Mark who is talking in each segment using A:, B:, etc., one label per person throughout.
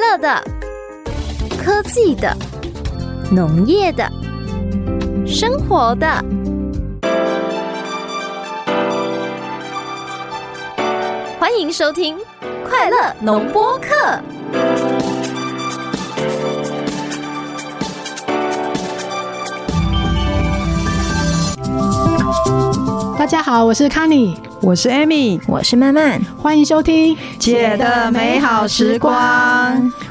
A: 色的、科技的、农业的、生活的。欢迎收听《快乐农播课》。
B: 大家好，我是康妮，
C: 我是 Amy，
D: 我是曼曼，
B: 欢迎收听《
C: 姐的美好时光》。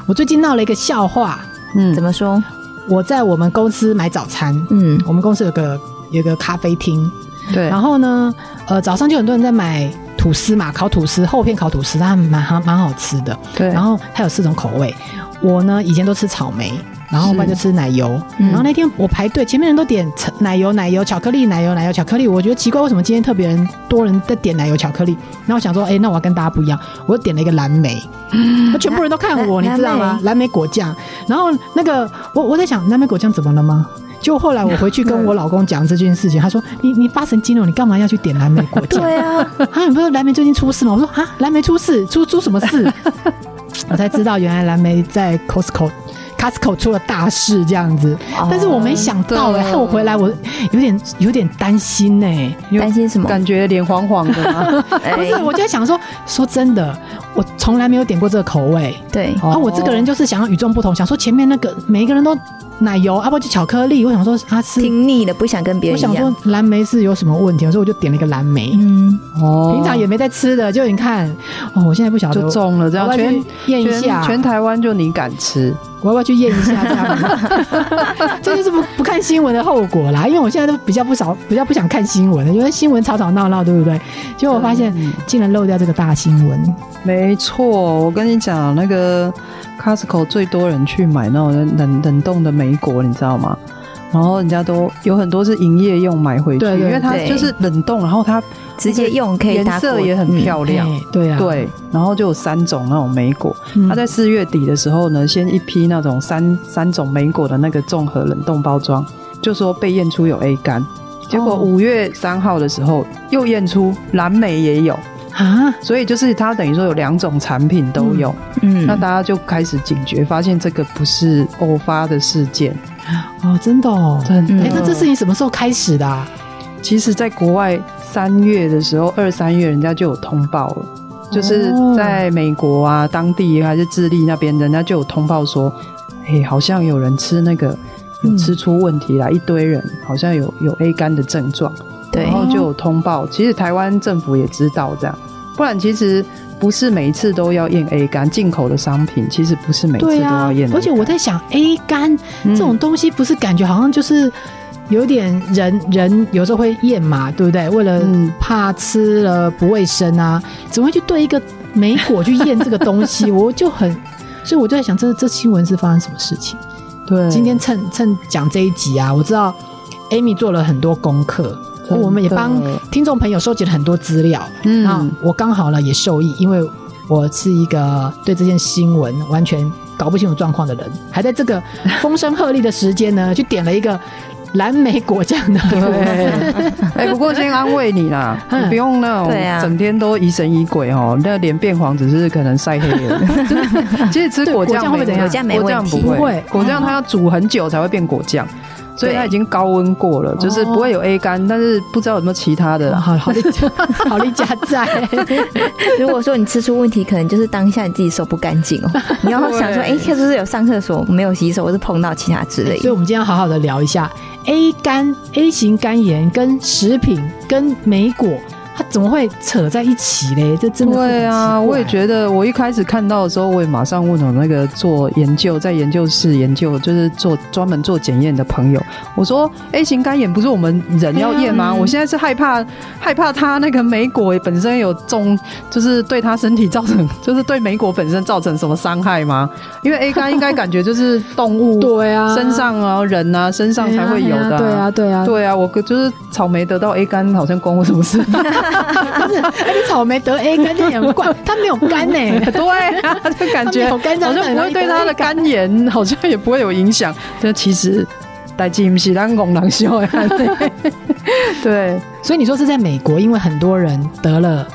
B: 我最近闹了一个笑话，
D: 嗯，怎么说？
B: 我在我们公司买早餐，
D: 嗯，
B: 我们公司有个有个咖啡厅，
C: 对
B: 然后呢，呃，早上就很多人在买吐司嘛，烤吐司，厚片烤吐司，它蛮蛮蛮好吃的。
C: 对，
B: 然后它有四种口味，我呢以前都吃草莓，然后不然就吃奶油。
D: 嗯
B: 然后那天我排队，前面人都点成奶油、奶油、巧克力、奶油、奶油、巧克力，我觉得奇怪，为什么今天特别人多人在点奶油巧克力？然后我想说，哎、那我要跟大家不一样，我点了一个蓝莓，那全部人都看我，你
D: 蓝
B: 知道吗？蓝莓果酱。然后那个我我在想，蓝莓果酱怎么了吗？就后来我回去跟
D: 嗯
B: 我老公讲这件事情，他说：“你你发神经了，你干嘛要去点蓝莓果酱？”
D: 对啊，
B: 啊，你不是蓝莓最近出事吗？我说啊，蓝莓出事，出出什么事？ 我才知道原来蓝莓在 Costco。Costco 出了大事这样子，
D: 哦
B: 但是我没想到
D: 啊
B: 哎、
C: 对
B: 害我回来我有点有点担心呢、
D: 担心什么？
C: 感觉脸黄黄的 嘛，
D: 哎
B: 不是，我就在想说，说真的，我从来没有点过这个口味
D: 对，
B: 啊！我这个人就是想要与众不同，想说前面那个每一个人都奶油，啊要、不就巧克力，我想说啊是，
D: 挺腻的，不想跟别
B: 我
D: 人一
B: 想
D: 样。
B: 说蓝莓是有什么问题，所以我就点了一个蓝莓，
D: 嗯，
C: 哦
B: 平常也没在吃的，就你看哦，我现在不晓得
C: 就中了，这样
B: 我要
C: 全
B: 去验一下，
C: 全全台湾就你敢吃，
B: 我要不要去验一下？这样， 这就是不不看新闻的后果啦。因为我现在都比较不少，比较不想看新闻了，因为新闻吵吵闹闹，对不对？结果我发现
C: 嗯
B: 竟然漏掉这个大新闻，
C: 没错，我跟你讲，那个 Costco 最多人去买那种冷冷冻的莓果，你知道吗？然后人家都有很多是营业用买回去，
B: 对对
C: 因为它
D: 对
C: 就是冷冻，然后它
D: 直接用可以
C: 颜
D: 搭
C: 色
D: 果
C: 也很
D: 嗯
C: 漂亮。
B: 哎对啊，
C: 对，然后就有三种那种莓果。
B: 嗯
C: 他在四月底的时候呢，先一批那种三三种莓果的那个综合冷冻包装，就说被验出有 A 肝。结果
B: 哦
C: 五月三号的时候又验出蓝莓也有，
B: 啊，
C: 所以就是它等于说有两种产品都有，
D: 嗯
C: 那大家就开始警觉，发现这个不是偶发的事件，
B: 哦，真的哦。
C: 真的。
B: 哎，那这事情什么时候开始的啊？
C: 其实，在国外三月的时候，二三月人家就有通报了，就是在美国啊、当地还是智利那边，人家就有通报说，哎、好像有人吃那个有
B: 嗯
C: 吃出问题啦，一堆人好像有有 A 肝的症状，
D: 对
C: 然，后就有通报。其实台湾政府也知道这样，不然其实不是每一次都要验 A 肝，进口的商品其实不是每一次
B: 对
C: 都要
B: 啊
C: 验 A 肝、
B: 而且我在想，A 肝
C: 嗯
B: 这种东西不是感觉好像就是有点人人有时候会厌嘛，对不对？为了
C: 嗯
B: 怕吃了不卫生啊，怎么会去对一个莓果去验这个东 西？我就很，所以我就在想，这这新闻是发生什么事情？
C: 对
B: 今天趁趁讲这一集啊，我知道 Amy 做了很多功课，
C: 真的
B: 我们也帮听众朋友收集了很多资料。那
C: 嗯
B: 我刚好呢也受益，因为我是一个对这件新闻完全搞不清楚状况的人，还在这个风声鹤唳的时间呢，去点了一个蓝莓果酱的吐司。
C: 对，哎、不过先安慰你啦，
B: 嗯
C: 你不用那种
D: 对啊
C: 整天都疑神疑鬼哦，那脸变黄只是可能晒黑了。就是其实吃果
B: 对
C: 酱
B: 果酱会不会怎样
D: 果酱没
C: 果
D: 问
C: 酱
D: 题
C: 不
B: 不
C: 会
B: 会，
C: 果酱它要煮很久才会变果酱，所以它已经高温过了，就是不会有 A 肝，但是不知道有没有其他的啦。
B: 好好利好利加在，
D: 如果说你吃出问题，可能就是当下你自己手不干 净哦。你要想说，
C: 对
D: 哎，是不是有上厕所没有洗手，或是碰到其他之类
B: 所以
D: 的？
B: 我们今天要好好的聊一下 A 肝 A 型肝炎跟食品跟莓果。它怎么会扯在一起嘞？这真的是很
C: 对啊，
B: 奇怪
C: 我也觉得，我一开始看到的时候，我也马上问我那个做研究，在研究室研究，就是做专门做检验的朋友，我说 A 型肝炎不是我们人要验吗？
B: 嗯
C: 我现在是害怕害怕它那个莓果本身有中，就是对它身体造成， 就是对莓果本身造成什么伤害吗？因为 A 肝应该感觉就是动 物
B: 对啊，
C: 身上啊、人啊身上才会有
B: 对啊，
C: 的、
B: 对啊，对啊，
C: 对啊，我就是草莓得到 A 肝，好像关我什么事？
B: 不是，而且草莓得 A 肝这也很怪，它没有肝呢、
C: 对啊，就感觉
B: 他没有肝脏
C: 好像不会对他的肝炎， 好像也不会有影响。这其实代志不是咱戆人笑的。对，
B: 所以你说是在美国，因为很多人得了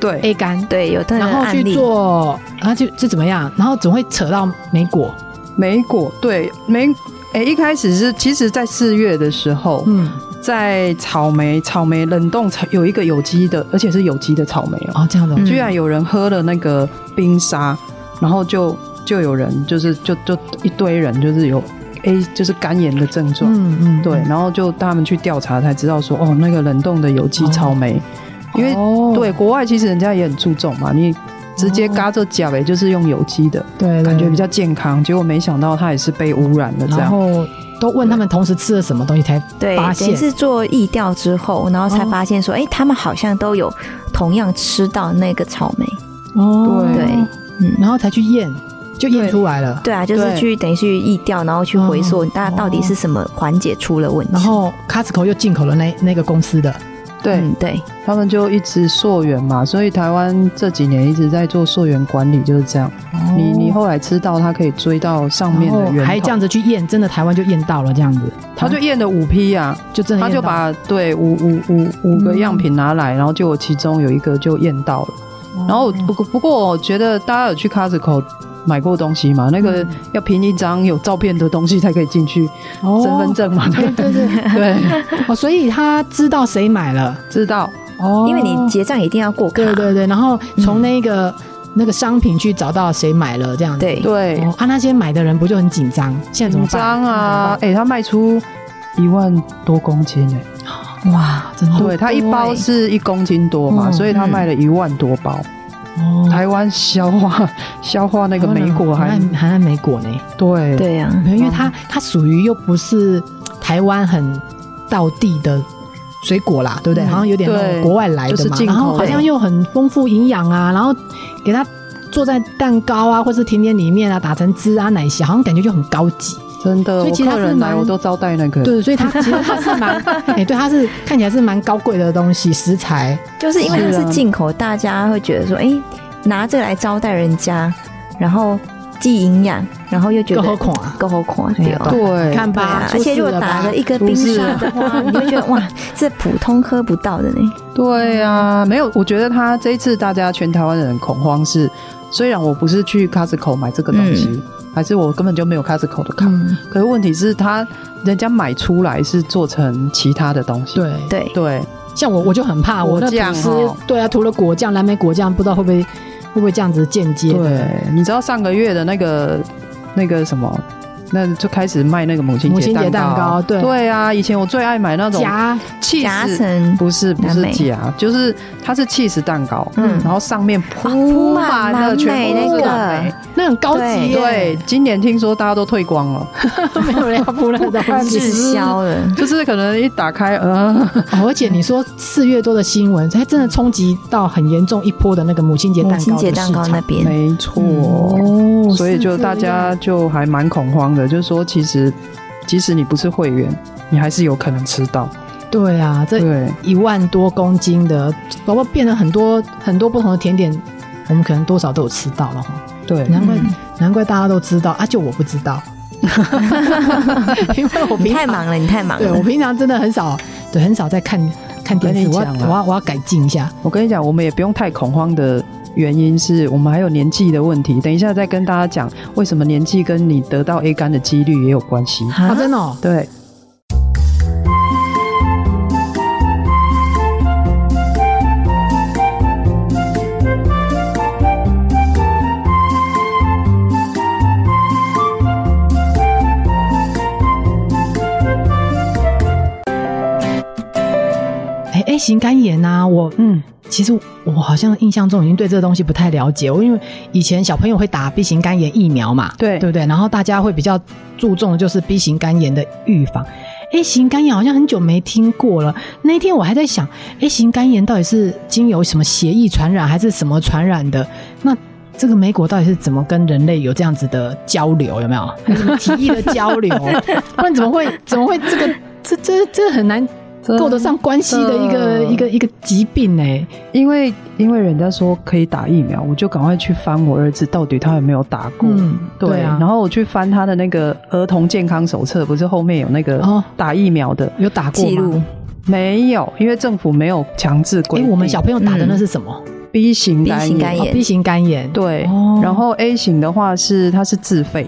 C: 对哎
B: A 肝，
D: 对，有
C: 嗯
D: 这样
B: 然
D: 的
B: 后
D: 案
B: 去
D: 例，
B: 做，然后就这怎么样？然后总会扯到莓果，
C: 莓果，对莓，哎、一开始是其实，在四月的时候，
B: 嗯，
C: 在草莓草莓冷冻草有一个有机的，而且是有机的草莓哦、
B: 哦这样的哦，
D: 嗯
C: 居然有人喝了那个冰沙，然后就就有人就是就就一堆人就是有 A 就是肝炎的症状，
B: 嗯嗯，
C: 对，然后就他们去调查才知道说，哦，那个冷冻的有机草莓，因为、
B: 哦
C: 对国外其实人家也很注重嘛，你直接嘎这假呗，就是用有机的，
B: 对，
C: 感觉比
B: 较
C: 较健康，结果没想到它也是被污染的这
B: 然
C: 样。
B: 后都问他们同时吃了什么东西才
D: 对，
B: 发
D: 等
B: 现
D: 于是做疫调之后，然后
C: 哦
D: 才发现说，哎、他们好像都有同样吃到那个草莓，
B: 哦
D: 对，嗯。
B: 然后才去验，就验
C: 对
B: 出来了，
D: 对啊，就是
C: 对哦
D: 去等于去疫调，然后去回溯
B: 嗯
D: 大家到底是什么环节出了问题。
B: 然后 Costco 又进口了那那个公司的，
C: 对
D: 嗯，对，
C: 他们就一直溯源嘛，所以台湾这几年一直在做溯源管理，就是这样。你你后来吃到它可以追到上面
B: 然
C: 的
B: 后
C: 源头，
B: 哦还这样子去验，真的台湾就验到了这样子，
C: 他就验了五批啊，
B: 就真的
C: 他
B: 验
C: 就
B: 到
C: 把对五五五五个
B: 嗯
C: 样品拿来，然后就其中有一个就验到了。
B: 哦
C: 然后不过不过，我觉得大家有去 Costco 买过东西嘛？那
B: 嗯
C: 个要凭一张有照片的东西才可以进去，
B: 哦
C: 身份证 嘛，对
B: 对对对，
C: 对，
B: 哦，所以他知道谁买了
C: 知道
B: 哦
D: 因为你结账一定要过卡，
B: 对对对，然后
C: 嗯
B: 从那个、那个商品去找到谁买了这样子。
D: 对
C: 对，
B: 哦，啊，那些买的人不就很紧张？现在怎么
C: 紧
B: 办？
C: 张啊！哎，他卖出一万多公斤哎，
B: 哇，真的
C: 对，它一包是一公斤多嘛，
B: 欸嗯
C: 所以它
D: 嗯
C: 卖了一万多包。
B: 哦，
C: 台湾消化消化那
B: 那
C: 个嗯莓果还
B: 还在还在美国呢，
C: 对
D: 对啊，
B: 没有因为它它属于又不是台湾很道地的。水果啦，对不对？
C: 嗯
B: 好像有点那种
C: 对
B: 国外来的
C: 就是
B: 嘛，
C: 进口
B: 然
C: 的
B: 后好像又很丰富营养啊，然后给它做在蛋糕啊，或是甜点里面啊，打成汁啊、奶昔，好像感觉就很高级。
C: 真的，
B: 所以
C: 我
B: 其实它
C: 客
B: 是
C: 人来
B: 蛮
C: 我都招待
D: 嗯
C: 那个。
B: 对，所以它其实它是蛮，哎、对，它是看起来是蛮高贵的东西，食材
D: 就是因为它
C: 是
D: 是
C: 啊
D: 进口，大家会觉得说，哎、拿这个来招待人家，然后既营养，然后又觉
B: 更何
D: 得
B: 况啊，
D: 够好看，
B: 哎
D: 对
B: 呀
D: 哦。
C: 对，
B: 看
D: 对
B: 吧
D: 啊，，
B: 出
D: 而且
B: 事
D: 如果
B: 了
D: 打
B: 吧
D: 了？一个
C: 出
D: 冰
C: 事
D: 沙
C: 了
D: 的话，你会觉得哇，这普通喝不到的呢。
C: 对啊，没有，我觉得他这一次大家全台湾人恐慌是，虽然我不是去 Costco 买这个东西，还是我根本就没有 Costco 的卡，
B: 嗯，
C: 可是问题是他人家买出来是做成其他的东西，
B: 对，
D: 对，
C: 对
B: 像我我就很怕我
C: 果
B: 那
C: 酱
B: 吐司
C: 哦，
B: 对啊，涂了果酱、蓝莓果酱，不知道会不会会不会这样子间接的
C: 对，你知道上个月的那个那个什么？那就开始卖那个母亲
B: 母
C: 节
B: 亲节蛋
C: 蛋
B: 糕，对，
C: 对啊，以前我最爱买那种
B: 夹
C: 气
D: 夹
C: 死
D: 层
C: 不是不
D: 蓝
C: 是
D: 莓
C: 夹，就是它是气死蛋糕，
D: 嗯
C: 然后上面铺
D: 啊铺满
C: 满了
D: 蓝
C: 全
D: 莓那
C: 部都是
D: 个
C: 蓝莓。
B: 那很高级耶，
C: 对，今年听说大家都退光 了，
B: 都没有人要铺那个东西，
D: 滞销了。
C: 就是可能一打开，呃，
B: 哦而且你说四月多的新闻，它真的冲击到很严重一波的那个母亲节蛋
D: 母
B: 糕的
D: 亲节蛋糕
B: 市
D: 那
B: 场
D: 边，
C: 没错，
B: 哦，
C: 嗯所以就是
B: 这
C: 大家
B: 样
C: 就还蛮恐慌的，就是说其实即使你不是会员，你还是有可能吃到，
B: 对啊，这
C: 对。
B: 一万多公斤的，包括变了很多很多不同的甜点，我们可能多少都有吃到了哈。
C: 对，
B: 难怪、
D: 嗯
B: 难怪大家都知道啊，就我不知 道，因为我
D: 你
B: 平
D: 太
B: 常
D: 忙了，你太忙
B: 对我
D: 了。
B: 平常真的很少对很少在看看电视，
C: 跟你
B: 我要
C: 讲啊
B: 我要我要改进一下。
C: 我跟你讲，我们也不用太恐慌的原因是我们还有年纪的问题。等一下再跟大家讲为什么年纪跟你得到 A 肝的几率也有关系。
B: 啊，
D: 啊
B: 真的、哦，
C: 对，
B: 哎哎，型肝炎啊，我
C: 嗯，
B: 其实我好像印象中已经对这个东西不太了解。我因为以前小朋友会打 B 型肝炎疫苗嘛，
C: 对
B: 对不对？然后大家会比较注重的就是 B 型肝炎的预防。A 型肝炎好像很久没听过了。那一天我还在想，A 型肝炎到底是经由什么血液传染，还是什么传染的？那这个美国到底是怎么跟人类有这样子的交流？有没有？有什么体液的交流？ 不然怎么会怎么会这个这这这很难够得上关系的一个一个一个疾病呢、
C: 因为因为人家说可以打疫苗，我就赶快去翻我儿子到底他有没有打过。
B: 嗯，
C: 对，
B: 对啊，
C: 然后我去翻他的那个儿童健康手册，不是后面有那个
B: 哦
C: 打疫苗的？
B: 有打过
D: 记
B: 吗？
D: 录
C: 没有，因为政府没有强制规
B: 哎，
C: 定。
B: 我们小朋友打的
D: 嗯
B: 那是什么？
C: 友 B 型
D: B
C: 肝
D: 型
C: 炎
D: 肝。
B: 哦
D: 炎
B: ，B 型肝炎，
C: 对，
B: 哦
C: 然后 A 型的话是它是自费，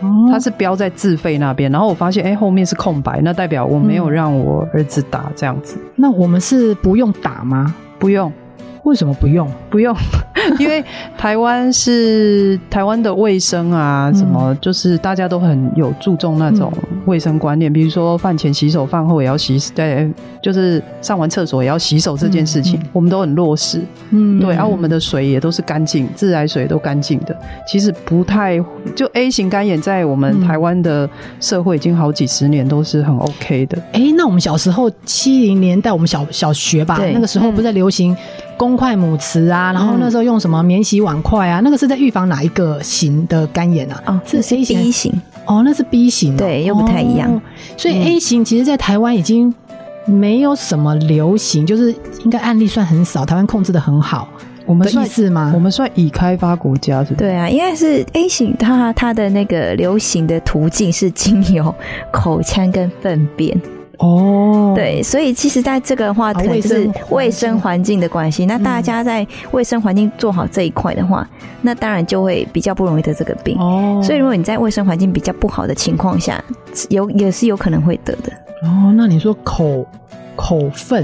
B: 哦，
C: 它是标在自费那边，然后我发现哎、后面是空白，那代表我没有
B: 嗯
C: 让我儿子打这样子，
B: 那我们是不用打吗？
C: 不用
B: 为什么不用？
C: 不用， 因为台湾是台湾的卫生啊，什么就是大家都很有注重那种卫生观念，比如说饭前洗手，饭后也要洗，对，就是上完厕所也要洗手这件事情，我们都很落实，
B: 嗯
C: 对，而、啊我们的水也都是干净，自来水都干净的。其实不太就 A 型肝炎，在我们
B: 嗯
C: 台湾的社会已经好几十年都是很 OK 的。
B: 哎，那我们小时候七零年代，我们小小学吧
D: 对，
B: 那个时候不是在流行公筷母匙啊，然后那时候用什么免洗碗筷啊，那个是在预防哪一个型的肝炎啊？
D: 哦，
B: 是
D: 那
B: A 型
D: B 型，
B: 哦，那是 B 型哦、
D: 对又不太一样
B: 哦所以 A 型其实，在台湾已经没有什么流行，就是应该案例算很少，台湾控制的很好
C: 我们
B: 的
C: 算
B: 意思吗
C: 我？们算已开发国家是不是？
D: 对啊，应该是 A 型，它它的那个流行的途径是经由口腔跟粪便，
B: 哦，，
D: 对，所以其实在这个的话，
B: 啊
D: 可能就是
B: 卫生环境
D: 卫生环境的关系。那大家在卫生环境做好这一块的话，那当然就会比较不容易得这个病。
B: 哦，
D: 所以，如果你在卫生环境比较不好的情况下，有也是有可能会得的。
B: 哦，那你说口口粪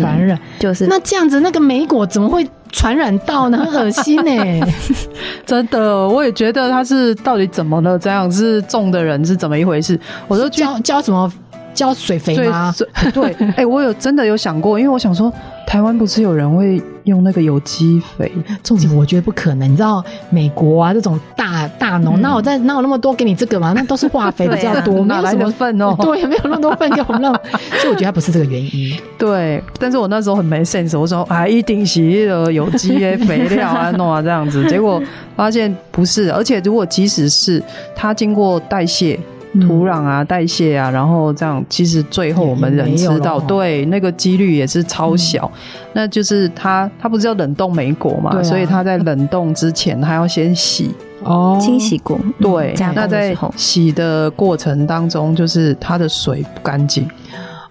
B: 传
D: 嗯，
B: 染，
D: 就是
B: 那这样子那个梅果怎么会传染到呢？很恶心呢、
C: 真的，我也觉得他是到底怎么了？这样是中的人是怎么一回事？我都觉得。
B: 浇浇什么浇水肥
C: 最
B: 吗？
C: 最 对，哎、我有真的有想过，因为我想说，台湾不是有人会用那个有机肥？
B: 重点我觉得不可能，你知道美国啊这种大大农，
D: 嗯
B: 哪有在哪有那么多给你这个嘛？那都是化肥比
D: 对啊
B: 较多，没
C: 哪
B: 有
C: 来
B: 什
C: 的
B: 么
C: 粪哦？
B: 对，没有那么多粪给我们 弄，所以我觉得它不是这个原因。
C: 对，但是我那时候很没 sense，我说啊，一定是呃有机的肥料啊，弄啊这样子，结果发现不是，而且如果即使是它经过代谢。土壤啊，代谢啊，然后这样，其实最后我们人吃
B: 也没有
C: 到，
B: 了哦嗯
C: 对那个几率也是超小。那就是它，它不是要冷冻梅果嘛，
B: 对啊
C: 所以它在冷冻之前，它要先洗。
B: 哦
D: 清洗过，
C: 对，
D: 加
C: 那
D: 工的时
C: 在
D: 候，
C: 洗的过程当中，就是它的水不干净。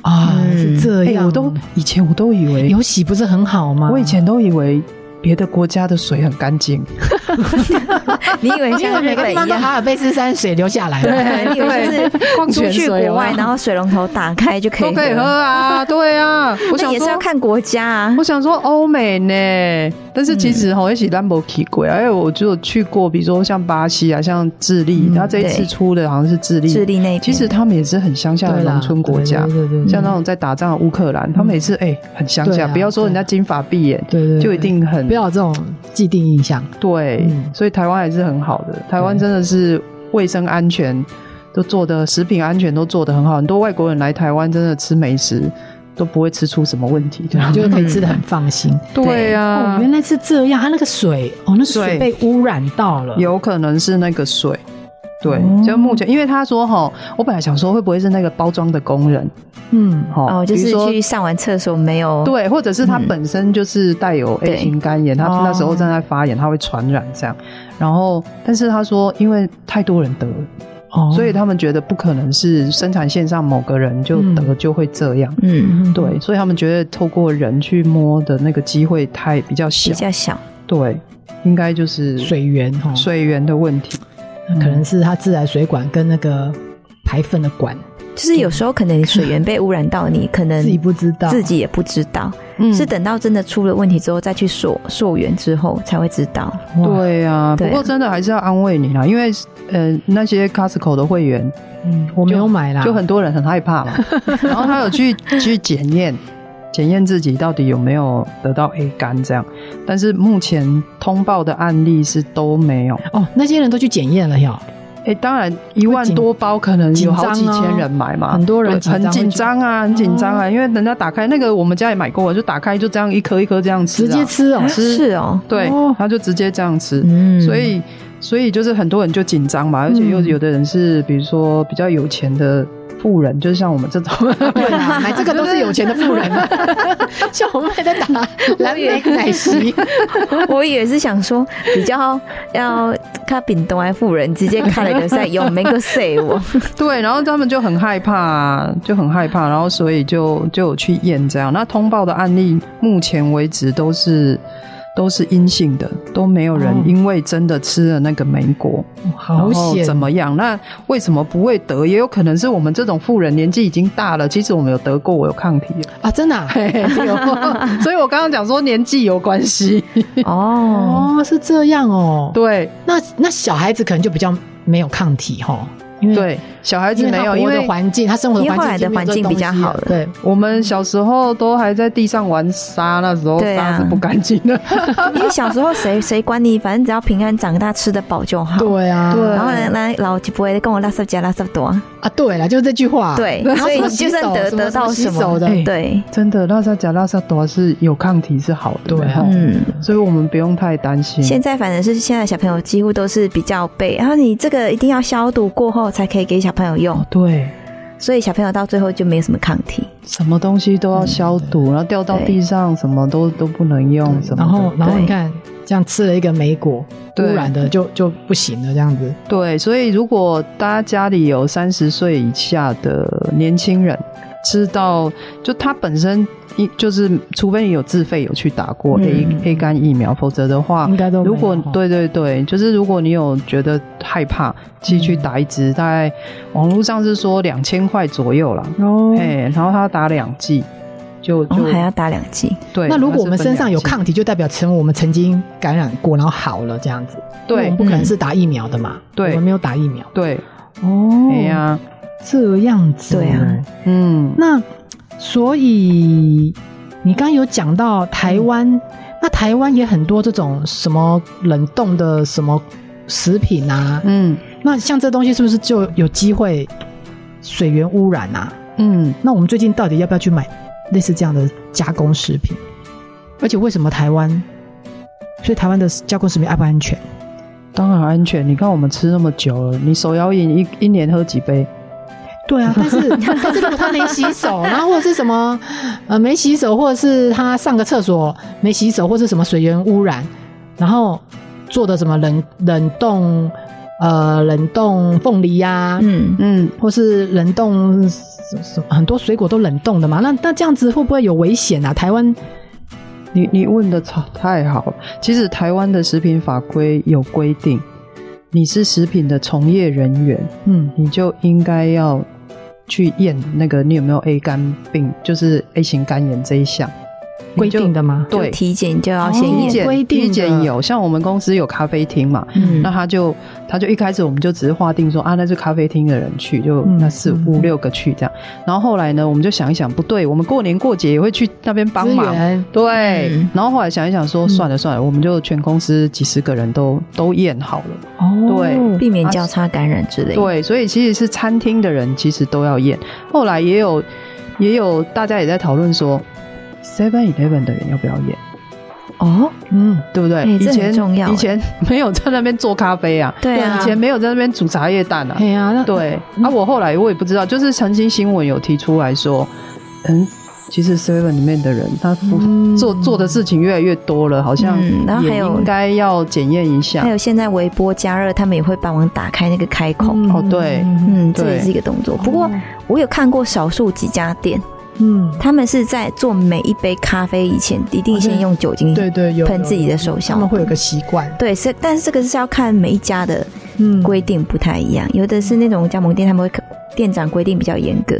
B: 啊，
D: 嗯
B: 是这
C: 哎、
B: 样。
C: 我都以前我都以为
B: 有洗不是很好吗？
C: 我以前都以为别的国家的水很干 净，
D: 你以 为
B: 因
D: 像
B: 啊为每
D: 日
B: 个
D: 本
B: 地
D: 一
B: 方都
D: 样？
B: 哈尔卑斯山水流下来了，
D: 对，你以为就是出去国 外，然后水龙头打开就可以
C: 都可以喝
D: 喝，
C: 啊，对啊。我
D: 那
C: 想
D: 也是要
C: 说，
D: 看国家啊
C: 我。想说欧美呢，但是其实吼一起兰博奇贵，哎，我就有去过，比如说像巴西啊，像智利，
B: 嗯
C: 他这一次
D: 对
C: 出的好像是智利，
D: 智利那边
C: 其实他们也是很乡下的
B: 对啦
C: 农村国家
B: 对，对对对，
C: 像那种在打仗的乌克兰，他们也是哎很乡
B: 对
C: 下，
B: 啊
C: 不要说人家金发碧眼，
B: 对对对
C: 就一定很
B: 不要有这种既定印象。
C: 对
B: 嗯，
C: 所以台湾还是很好的。台湾真的是卫生安全都做的，食品安全都做得很好。很多外国人来台湾真的吃美食都不会吃出什么问题的。
B: 你就可以吃的很放 心。
C: 对啊
B: 哦
C: 呀，，
B: 原来是这样，它那个水，哦，那水
C: 对
B: 被污染到了。
C: 有可能是那个水。对
B: 哦，
C: 就目前，因为他说哈，我本来想说会不会是那个包装的工人
B: 嗯，
C: 哈，
D: 哦，就
C: 比如
D: 是
C: 说
D: 去上完厕所没有，
C: 对，或者是他本身就是带有 A
D: 对
C: 型肝炎，他
B: 嗯哦
C: 那时候正在发炎，他会传染这样。然后，但是他说，因为太多人得了，
B: 哦，
C: 所以他们觉得不可能是生产线上某个人就得就会这样，
D: 嗯，
B: 嗯
C: 对，所以他们觉得透过人去摸的那个机会太比较小
D: 比，较小，
C: 对，应该就是
B: 水源哦，嗯
C: 水源的问题，
B: 可能是它自来水管跟那个排粪的管
D: 就是有时候可能水源被污染到，你可能
B: 嗯自己不知道，
D: 自己也不知道，
C: 嗯
D: 是等到真的出了问题之后再去溯溯源之后才会知道。
B: 哇，
C: 对啊，不
D: 对啊
C: 过真的还是要安慰你啦，因为呃那些 Costco 的会员
B: 嗯，我没有买啦，
C: 就很多人很害 怕嘛，然后他有去去检验检验自己到底有没有得到 A 肝这样，但是目前通报的案例是都没有。
B: 哦，那些人都去检验了哟，
C: 哎、当然一万多包可能有好几千人买嘛，
B: 啊很多人
C: 对很紧张啊，很紧张
B: 哦
C: 啊，因为人家打开那个，我们家也买过，就打开就这样一颗一颗这样吃、
B: 直接，吃哦，
C: 吃
D: 是 哦，
C: 对，
B: 哦
C: 他就直接这样吃，
D: 嗯，
C: 所以所以就是很多人就紧张嘛，而且
B: 嗯
C: 又有的人是比如说比较有钱的富人，就是像我们这种，
B: 对 啦，买这个都是有钱的富人， 像我妹在打蓝莓奶昔，
D: 我也是想说比较要看丙东来富人直接看了个赛，有没个赛我，
C: 对，然后他们就很害怕、就很害怕，然后所以就就有去验这样。那通报的案例目前为止都是都是阴性的，都没有人
B: 哦
C: 因为真的吃了那个梅果，
B: 哦好
C: 然后
B: 险
C: 怎！么样？那为什么不会得？也有可能是我们这种富人年纪已经大了，其实我们有得过，我有抗体，
B: 啊，真的、啊、
C: 有 所以我刚刚讲说年纪有关系，
D: 哦，
B: 哦，是这样哦。
C: 对
B: 那那小孩子可能就比较没有抗体哈，因为
C: 对，小孩子没有，
B: 因
C: 因
B: 为他活的
C: 为
B: 环境，他生活的
D: 因为后
B: 环
D: 来
B: 境
D: 的
B: 已经没有
D: 环境
B: 这东
D: 比
B: 西
D: 较好了
B: 对，
C: 我们小时候都还在地上玩沙，那时候
D: 对
C: 沙
D: 啊
C: 是不干净的，
D: 哦因为小时候谁谁管你，反正只要平安长大，吃得饱就好。
B: 对啊，
C: 对
D: 然后呢，那老就不会跟我拉圾加拉圾多，
B: 啊，对了，就是这句话。
D: 对
B: 然，后
D: 所以
B: 什么
D: 你
B: 洗
D: 就算
B: 手
D: 得
B: 什么
D: 得到
B: 洗
D: 什
B: 手
D: 么，
B: 的，
C: 哎
D: 对，
C: 真的，拉萨加拉萨多是有抗体是好的，
B: 对啊
C: 哈
D: 嗯。
C: 所以我们不用太担心。
D: 现在反正是现在小朋友几乎都是比较被，然后你这个一定要消毒过后才可以给小朋友用
C: 哦，，对，
D: 所以小朋友到最后就没有什么抗体。
C: 什么东西都要消毒，然后掉到地上什么都都不能用，什么的
B: 然后然后
D: 嗯对
B: 你看，这样吃了一个梅果，污
C: 对
B: 染的就就不行了，这样子。
C: 对，所以如果大家家里有三十岁以下的年轻人，知道就他本身一就是，除非你有自费有去打过 A、
D: 嗯
C: A 肝疫苗，否则的话
B: 应。该都没有
C: 啊如果
B: 哈
C: 对对对，就是如果你有觉得害怕，其实去打一
B: 嗯
C: 支，大概网络上是说两千块左右啦，
B: 哦
C: 哎，然后他打两剂，就
D: 然
C: 就
D: 后还要打两剂，
C: 对。
B: 那如
C: 它
B: 果
C: 是
B: 我们
C: 分
B: 身上有
C: 两剂
B: 抗体，就代表成我们曾经感染过，然后好了这样子。因为我
C: 对
B: 们不可能
D: 嗯
B: 是打疫苗的嘛，
C: 对
B: 我们没有打疫苗。
C: 对，
B: 哦
C: 哎呀，
B: 这样子。
D: 对啊，
C: 嗯，
B: 那所以你刚刚有讲到台湾，那台湾也很多这种什么冷冻的什么食品啊，
C: 嗯
B: 那像这东西是不是就有机会水源污染啊？
C: 嗯，
B: 那我们最近到底要不要去买类似这样的加工食品？而且为什么台湾？所以台湾的加工食品安不安全？
C: 当然安全。你看我们吃那么久了，你手摇饮一一年喝几杯？
B: 对 啊，但是但是如果他没洗手，然后或者是什么呃没洗手，或者是他上个厕所没洗手，或者是什么水源污染，然后做的什么冷冷冻呃冷冻凤梨呀、
D: 嗯，
C: 嗯，
B: 或是冷冻什什很多水果都冷冻的嘛，那那这样子会不会有危险啊？台湾
C: 你你问的超太好了。其实台湾的食品法规有规定，你是食品的从业人员，
B: 嗯
C: 你就应该要去验那个你有没有 A 肝病，就是 A 型肝炎这一项
B: 规定。的吗
C: 你？就对，
D: 体检就要先
B: 哦
D: 验，
C: 体检
B: 规定的
C: 体检有，像我们公司有咖啡厅嘛，
D: 嗯
C: 那他就他就一开始我们就只是划定说啊，那是咖啡厅的人去，就
B: 嗯
C: 那四
B: 嗯
C: 五六个去这样。然后后来呢，我们就想一想，不对，我们过年过节也会去那边帮
B: 资
C: 忙。
B: 源
C: 对，
D: 嗯
C: 然后后来想一想说，算了算了，我们就全公司几十个人都都验好了。
B: 哦，
C: 对
D: 避免交叉感染之类的。
C: 对，所以其实是餐厅的人其实都要验。后来也有也有大家也在讨论说，Seven Eleven 的人要不要验，
D: 哦，
B: 嗯，
C: 对不对？
D: 哎
C: 以
D: 这很
C: 前
D: 重要
C: 以前没有在那边做咖啡啊，
D: 对
B: 对
D: 啊
C: 以，前没有在那边煮茶叶蛋啊
B: 哎。呀、那
C: 对，啊，我后来我也不知道，就是曾经新闻有提出来说，嗯，其实 Seven 里面的人他服、做做的事情越来越多了，好像
D: 嗯然后还
C: 也
D: 有
C: 应该要检验一下
D: 还。有现在微波加热，他们也会帮忙打开那个开口，
B: 嗯
C: 哦对
D: 嗯，这
C: 对
D: 也是一个动作。不
B: 哦
D: 过我有看过少数几家店，
B: 嗯，
D: 他们是在做每一杯咖啡以前，一定
B: 哦
D: 先
B: 对
D: 用酒精
B: 对对，有
D: 喷
B: 有
D: 自己的手嗯消
B: 他们
D: 毒
B: 会有个习惯，
D: 对，是，但是这个是要看每一家的
B: 嗯，
D: 规定不太一样，有的是那种加盟店，他们会店长规定比较严格，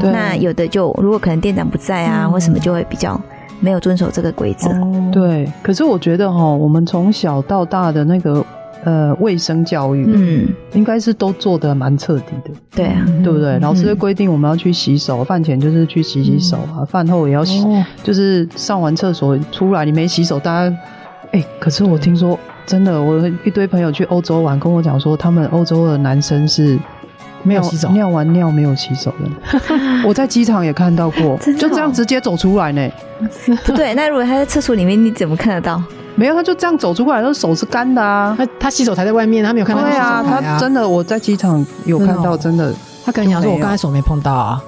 C: 对
D: 那有的就如果可能店长不在啊、
B: 嗯
D: 或什么，就会比较没有遵守这个规则。
B: 哦，
C: 对，可是我觉得哈，我们从小到大的那个呃卫生教育，
D: 嗯，
C: 应该是都做的蛮彻底的，
D: 对啊，
C: 对不对？
B: 嗯
C: 老师会规定我们要去洗手，饭前就是去洗洗手啊，饭后也要洗，
B: 嗯哦
C: 就是上完厕所出来你没洗手，大家哎、可是我听说
B: 嗯
C: 真的，我一堆朋友去欧洲玩，跟我讲说他们欧洲的男生是
B: 没有
C: 尿
B: 洗手，
C: 尿完尿没有洗手的， 我在机场也看到过，
D: 真的
C: 就这样
D: 哦
C: 直接走出来呢。
D: 不对，那如果他在厕所里面，你怎么看 得到？
C: 没有，他就这样走出来，那手是干的啊。
B: 他他洗手台在外面，他没有看到
C: 对
B: 洗手
C: 啊，
B: 台
C: 他真的，我在机场有看到，真的，
B: 他可能想说，
C: 就没有
B: 我刚才手没碰到啊，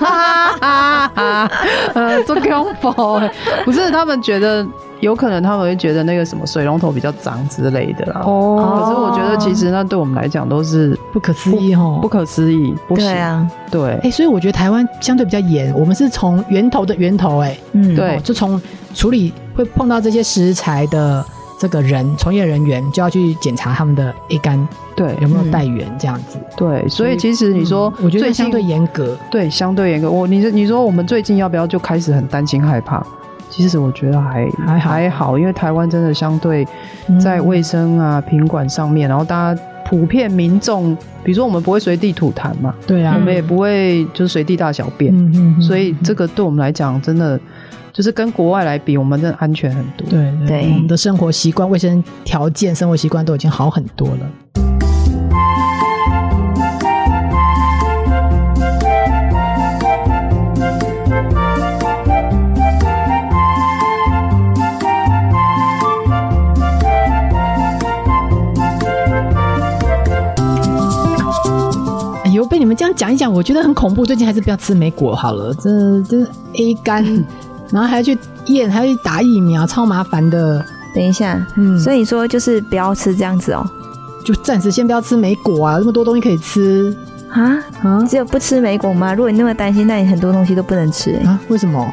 C: 啊啊， 呃，做 combo，不是他们觉得，有可能他们会觉得那个什么水龙头比较脏之类的啦。
B: 哦
C: 可是我觉得其实那对我们来讲都是
B: 不可思议哦，
C: 不可思议，不行
D: 对，啊，
C: 对
B: 哎、所以我觉得台湾相对比较严，我们是从源头的源头、哎，
D: 嗯，
C: 对
B: 哦就从处理会碰到这些食材的这个人，从业人员就要去检查他们的 A 肝
C: 对
B: 有没有带源这样子。
C: 对，所
B: 以
C: 以其实你说
B: 嗯我觉得
C: 最
B: 相
C: 近
B: 对严格，
C: 对相对严格，我你是你说我们最近要不要就开始很担心害怕？其实我觉得还
B: 还好
C: 还好，因为台湾真的相对
B: 嗯
C: 在卫生啊、品管上面，然后大家普遍民众，比如说我们不会随地吐痰嘛，
B: 对啊
C: 我，们也不会就是随地大小便，
B: 嗯嗯，
C: 嗯所以这个对我们来讲真的就是跟国外来比，我们真的安全很多。
B: 对
D: 对
B: 我们的生活习惯、卫生条件、生活习惯都已经好很多了。哎呦，被你们这样讲一讲，我觉得很恐怖。最近还是不要吃梅果好了，这这 A 肝，然后还要去验，还要去打疫苗，超麻烦的。
D: 等一下，
B: 嗯，
D: 所以说就是不要吃这样子哦。
B: 就暂时先不要吃梅果啊，那么多东西可以吃
D: 啊，
B: 啊
D: 只有不吃梅果吗？如果你那么担心，那你很多东西都不能吃、欸。
B: 啊？为什么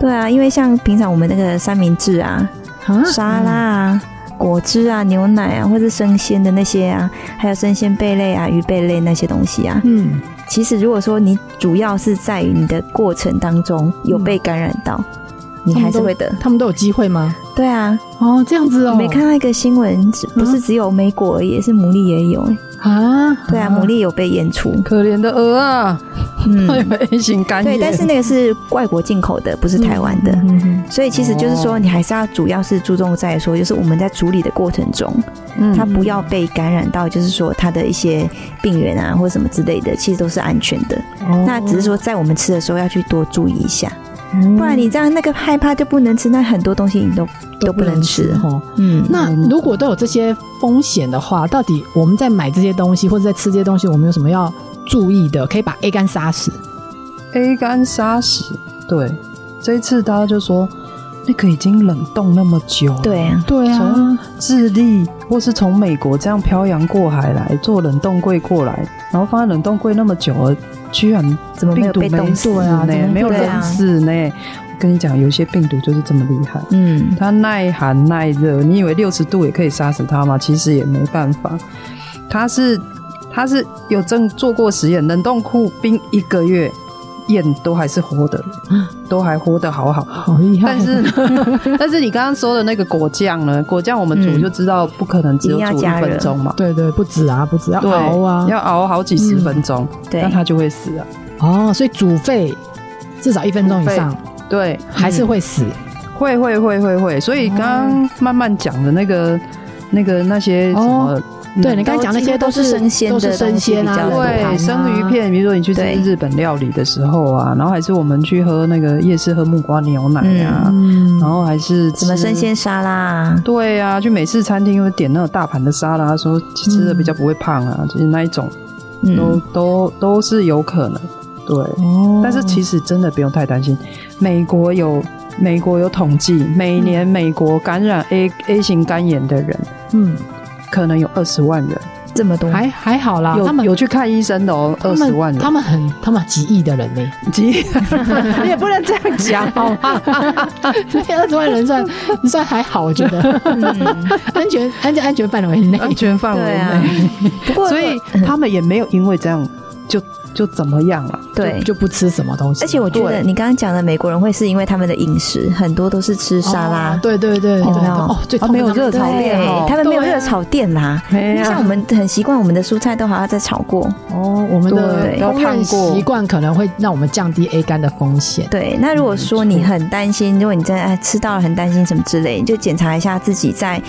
D: 对啊，因为像平常我们那个三明治啊、
B: 啊？
D: 沙拉啊、
B: 嗯
D: 果汁啊、牛奶啊，或是生鲜的那些啊，还有生鲜贝类啊、鱼贝类那些东西啊，
B: 嗯，
D: 其实如果说你主要是在于你的过程当中有被感染到，
B: 嗯
D: 你还是会得。
B: 他们都有机会吗？
D: 对啊，
B: 哦，这样子嗯哦，
D: 没看到一个新闻，只不是只有梅果而已，是牡蛎也有。
B: 啊？
D: 对啊，牡蛎有被 验出。
C: 可怜的鹅啊，
D: 嗯，
C: 有 A 型肝 炎。
D: 对，但是那个是外国进口的，不是台湾的。
B: 嗯嗯
D: 所以其实就是
C: 哦
D: 说，你还是要主要是注重在说，就是我们在处理的过程中，
C: 嗯
D: 它不要被感染到，就是说它的一些病源啊或者什么之类的，其实都是安全的。
B: 哦
D: 那只是说在我们吃的时候要去多注意一下，不然你这样那个害怕就不能吃，那很多东西你都都不能吃。
B: 哦。
D: 嗯，
B: 那如果都有这些风险的话，到底我们在买这些东西或者在吃这些东西，我们有什么要注意的？可以把 A 肝杀死？
C: A 肝杀死。对，这一次大家就说那个已经冷冻那么久了，
D: 对啊，
B: 对
C: 从智利或是从美国这样漂洋过海来做冷冻柜过来，然后放在冷冻柜那么久了，居然
D: 怎么没
C: 病
D: 有
C: 毒
D: 被
C: 没
D: 冻
C: 死
D: 死
C: 呢
B: 啊怎么会，
C: 没有
D: 对
C: 人
D: 啊
C: 死呢。我跟你讲，有些病毒就是这么厉害。
D: 嗯，
C: 它耐寒耐热，你以为六十度也可以杀死它吗？其实也没办法，它是它是有正做过实验，冷冻库冰一个月，燕都还是活的，都还活得好好。
B: 好厉害！
C: 但 是但是你刚刚说的那个果酱呢？果酱我们煮
D: 嗯
C: 就知道不可能只有
D: 一定要
C: 煮一
D: 加热
C: 分钟嘛，
B: 对对，不止啊，不止要
C: 对，
B: 熬啊，嗯
C: 要熬好几十分钟，
D: 对
C: 那，它就会死啊。
B: 哦，所以煮沸至少一分钟以上，
C: 对，
B: 还是会死。
C: 会会会会会，所以刚刚慢慢讲的那个、那个那些什么，嗯
B: 哦对你刚才讲那些都是
D: 都是生鲜的
B: 都是生鲜啊，
D: 东西比较多
B: 冷盘啊
C: 对生鱼，片，比如说你去吃
D: 对
C: 日本料理的时候啊，然后还是我们去喝那个夜市喝木瓜牛奶啊，
B: 嗯，
C: 然后还是
D: 什么
C: 吃
D: 生。鲜沙拉啊，
C: 对啊，去美式餐厅会点那种大盘的沙拉，说吃的比较不会胖啊，就是那一种都、
D: 嗯，
C: 都都是有可能。对，
B: 哦
C: 但是其实真的不用太担心。美国有美国有统计，每年美国感染 A A 型肝炎的人
B: 嗯，
C: 可能有二十万人，
D: 这么多，
B: 还还好啦，啊他
C: 有
B: 们
C: 有去看医生的哦，
B: 他
C: 二
B: 们
C: 十万人
B: 他，们 很他们几亿的人呢，
C: 急，你也不能这样讲哦。
B: 二十万人算算还好，我觉得
D: 嗯
B: 安全安全安全范围内。
C: 安全范 围
D: 对 啊
C: 内，，
D: 不过
C: 所以他们也没有因为这样就就怎么样了。
D: 对。
B: 就不吃什么东西，
D: 而且我觉
C: 对
D: 得你刚刚讲的美国人会是因为他们的饮食很多都是吃沙拉，
B: 哦对对对，
D: 有没有
B: 哦，最痛
C: 啊没有
B: 的那个
C: 热炒店哦
D: 对，他们没有
B: 对啊
D: 热炒店啦。
C: 没
D: 像我们很习惯我们的蔬菜都还要再炒过，
B: 哦，我们的烹
D: 对
C: 都看
B: 饪
C: 过
B: 习惯可能会让我们降低 A 肝的风险。
D: 对，那如果说你很担心，如果你真的哎吃到了很担心什么之类，你就检查一下自己在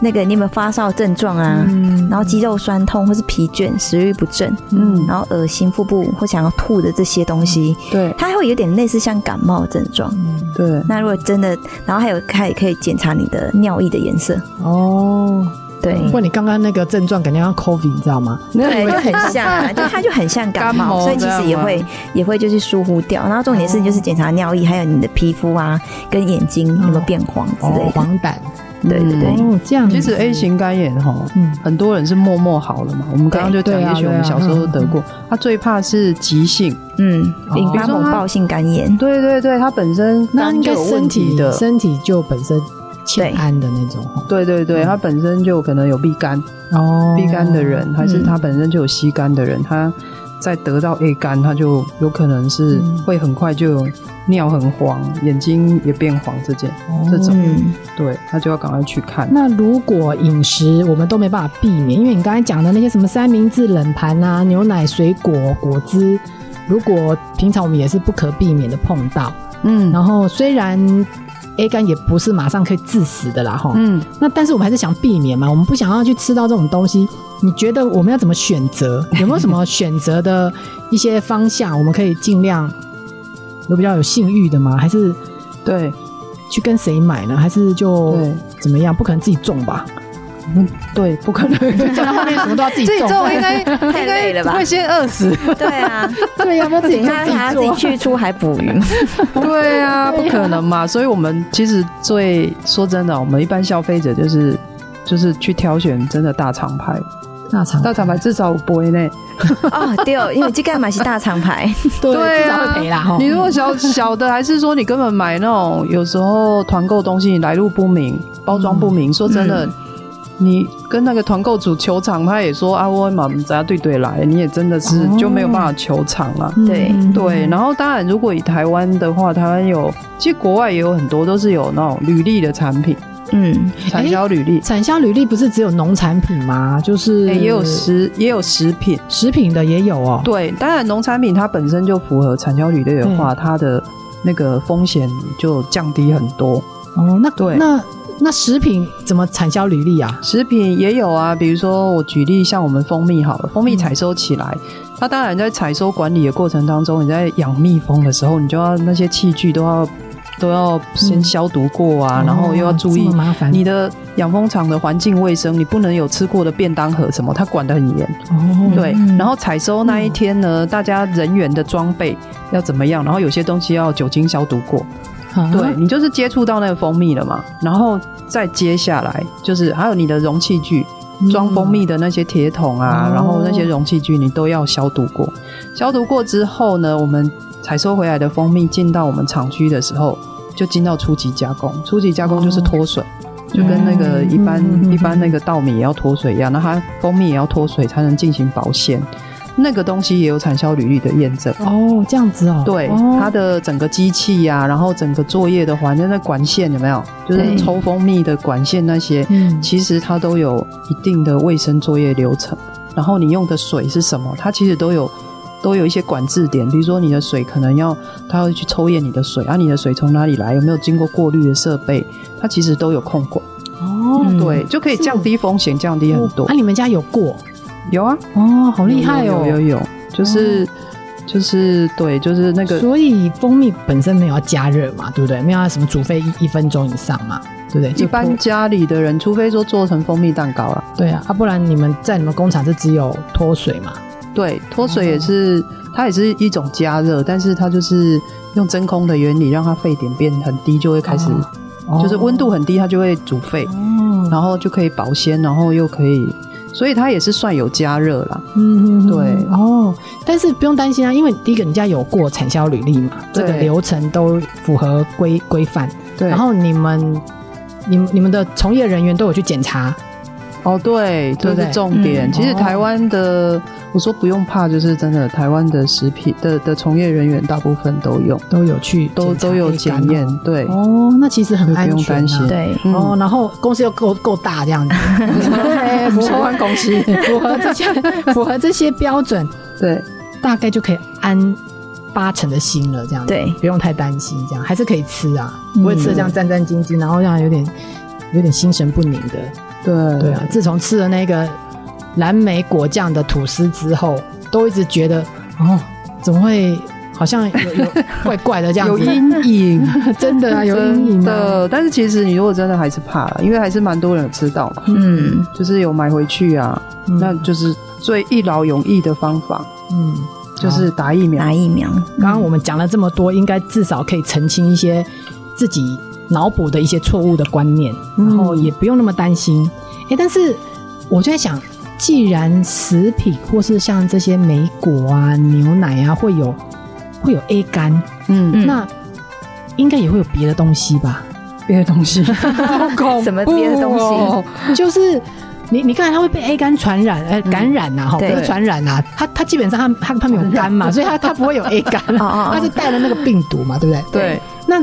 D: 那个你有没有发烧症状啊，
B: 嗯
D: 然后肌肉酸痛或是疲倦、食欲不振，
C: 嗯
D: 然后恶心、腹部或想要吐的这些东西，
C: 对
D: 它会有点类似像感冒的症状。
C: 对，
D: 那如果真的，然后还有还可以检查你的尿液的颜色，
B: 哦，
D: 对。
B: 不过你刚刚那个症状感觉像 COVID，你知道吗？
D: 对，就很像 啊，就它就很像感
C: 感冒
D: 冒，所以其实也
C: 这
D: 会也会就是疏忽掉。然后重点是就是检查尿液，还有你的皮肤啊，跟眼睛有没有变黄之类
B: 哦，
D: 的。
B: 黄疸。
D: 对对对，
B: 哦，这样子
C: 其实 A 型肝炎哈，
B: 嗯
C: 很多人是默默好了嘛。我们刚刚就讲，
B: 对对啊
C: 也许我们小时候得过，他最怕是急性。
D: 嗯，
B: 哦
D: 引
B: 比如
D: 发
C: 说
D: 猛
C: 它
D: 暴性肝炎。
C: 对对对，他本身
B: 那应该
C: 就有
B: 身
C: 问题
B: 体
C: 的，
B: 身体就本身欠安的那种哦
C: 对对对，他本身就可能有避肝，
B: 哦
C: 避肝的人，还是他本身就有吸肝的人，他在得到 A 肝，他就有可能是
B: 嗯
C: 会很快就尿很黄，眼睛也变黄这件，这种
D: 嗯，
C: 对他就要赶快去看。
B: 那如果饮食我们都没办法避免，因为你刚才讲的那些什么三明治、冷盘啊、牛奶、水果、果汁，如果平常我们也是不可避免的碰到，
C: 嗯
B: 然后虽然 A 肝也不是马上可以致死的啦，哈、
C: 嗯，
B: 那但是我们还是想避免嘛，我们不想要去吃到这种东西。你觉得我们要怎么选择？有没有什么选择的一些方向，我们可以尽量有比较有性欲的吗？还是
C: 对
B: 去跟谁买呢？还是就
C: 对
B: 怎么样？不可能自己种 吧？
C: 对，不可 能
B: 就站到后面什么都要自己
C: 自己
B: 种，
C: 做应该
D: 太累了
C: 应该
D: 吧
C: 会？先饿死。
D: 对啊，
B: 对呀，不要自己
D: 等一
B: 种
D: 下
B: 自
D: 还
B: 己
D: 要自己
B: 做。
D: 去出海捕鱼，
C: 对 啊，不可能嘛！所以我们其实最说真的，我们一般消费者就是就是去挑选真的大厂牌，
B: 大肠
C: 大厂牌至少不会内。
D: 哦，对哦，因为这个买是大厂牌，
B: 对，
C: 对啊
B: 至少会赔啦哈
C: 你。如果小小的，还是说你根本买那种有时候团购东西你来路不明，包装不明，说真的。你跟那个团购组求偿，他也说啊，我嘛咱对对来，你也真的是
B: 哦
C: 就没有办法求偿啊。
D: 对
B: 嗯
C: 对，然后当然，如果以台湾的话，台湾有，其实国外也有很多都是有那种履历的产品，
D: 嗯，
C: 产销履历，
B: 产销履历不是只有农产品吗？就是
C: 诶哎也有食也有食品。
B: 食品的也有哦。
C: 对，当然农产品它本身就符合产销履历的
B: 嗯
C: 话，它的那个风险就降低很多。
B: 哦，那
C: 对
B: 那那食品怎么产销履历啊？
C: 食品也有啊，比如说我举例，像我们蜂蜜好了，蜂蜜采收起来，它当然在采收管理的过程当中，你在养蜜蜂的时候，你就要那些器具都要都要先
B: 嗯
C: 消毒过啊，然后又要
B: 哦
C: 注
B: 这
C: 意
B: 么麻烦
C: 你的养蜂场的环境卫生，你不能有吃过的便当盒什么，它管得很严。
B: 哦
C: 对
D: 嗯，
C: 然后采收那一天呢，大家人员的装备要怎么样？然后有些东西要酒精消毒过。
B: 啊
C: 对你就是接触到那个蜂蜜了嘛，然后再接下来就是还有你的容器具。装蜂蜜的那些铁桶啊，
B: 哦
C: 然后那些容器具你都要消毒过。消毒过之后呢，我们采收回来的蜂蜜进到我们厂区的时候，就进到初级加工。初级加工就是脱水，就跟那个一般、
B: 嗯
C: 一般那个稻米也要脱水一样，那它蜂蜜也要脱水才能进行保鲜。那个东西也有产销履历的验证。
B: 哦，这样子哦，
C: 对，
B: 哦
C: 它的整个机器呀、然后整个作业的环境，那管线有没有？就是
D: 对
C: 抽蜂蜜的管线那些，
B: 嗯
C: 其实它都有一定的卫生作业流程。然后你用的水是什么，它其实都有都有一些管制点，比如说你的水可能要，它会去抽验你的水，啊，你的水从哪里来，有没有经过过滤的设备，它其实都有控管，
B: 哦
D: 嗯
C: 对，就可以降低风险，降低很多
B: 啊，。你们家有过
C: 有啊，
B: 哦，好厉害
C: 有有
B: 哦。
C: 有有，就是就是对，就是那个
B: 所以蜂蜜本身没有要加热嘛，对不对？没有要什么煮沸一一分钟以上嘛，对嗯不对？
C: 一
B: 就
C: 般
B: 不
C: 家里的人，除非说做成蜂蜜蛋糕了，
B: 对啊，啊，不然你们在你们工厂是只有脱水嘛？
C: 对，脱水也
B: 嗯
C: 是，它也是一种加热，但是它就是用真空的原理，让它沸点变很低，就会开始，
B: 哦
C: 就是温度很低，它就会煮沸，
B: 哦，
C: 然后就可以保鲜，然后又可以，所以它也是算有加热啦。
B: 嗯，嗯
C: 对
B: 嗯哦，但是不用担心啊，因为第一个你家有过产销履历嘛，这
C: 对
B: 个流程都符合规规范，
C: 对，
B: 然后你们。你们你们的从业人员都有去检查，
C: 哦，对，
B: 对
C: 这
B: 不对
C: 是重点。
B: 嗯
C: 其实台湾的，我说不用怕，就是真的，台湾的食品的的从业人员大部分都有，
B: 都有去
C: 都
B: 检查
C: 都有
B: 被
C: 检
B: 感染
C: 验，对。
B: 哦，那其实很安
C: 所以不用
B: 全
C: 担
B: 啊。
C: 心
D: 对，
C: 嗯
B: 哦，然后公司又够够大这样 子，对，符合
C: 公司，
B: 符合这些符合这些标准，
C: 对，
B: 大概就可以安八成的心了，这样子
D: 对
B: 不用太担心，这样还是可以吃啊，不会吃的这样战战兢兢，然后让人有点有点心神不宁的。
C: 对
B: 对啊，自从吃了那个蓝莓果酱的吐司之后，都一直觉得哦，怎么会好像有有怪怪的这样
C: 有
B: 子，
C: 阴影，
B: 真的啊，有阴
C: 真
B: 影啊。
C: 的。但是其实你如果真的还是怕了，因为还是蛮多人有吃到，
D: 嗯，
C: 就是有买回去啊，
B: 嗯
C: 那就是最一劳永逸的方法
B: 嗯，
C: 就是打疫苗
D: 打。疫苗，
B: 刚刚我们讲了这么多，应该至少可以澄清一些自己脑补的一些错误的观念，
C: 嗯
B: 然后也不用那么担心。诶，但是我就在想，既然食品或是像这些莓果啊、牛奶啊会有会有 A 肝，
C: 嗯，
D: 嗯
B: 那应该也会有别的东西吧？
C: 别的东 西，哦好恐怖哦
D: 什么别的东西？
B: 就是你你看它会被 A 肝传染，呃，感染呐、哈、不
D: 对
B: 是传染呐、它它基本上它它它没有肝 嘛，所以它它不会有 A 肝，啊
D: 哦哦
B: 它是带了那个病毒嘛，对不对？
C: 对，
B: 那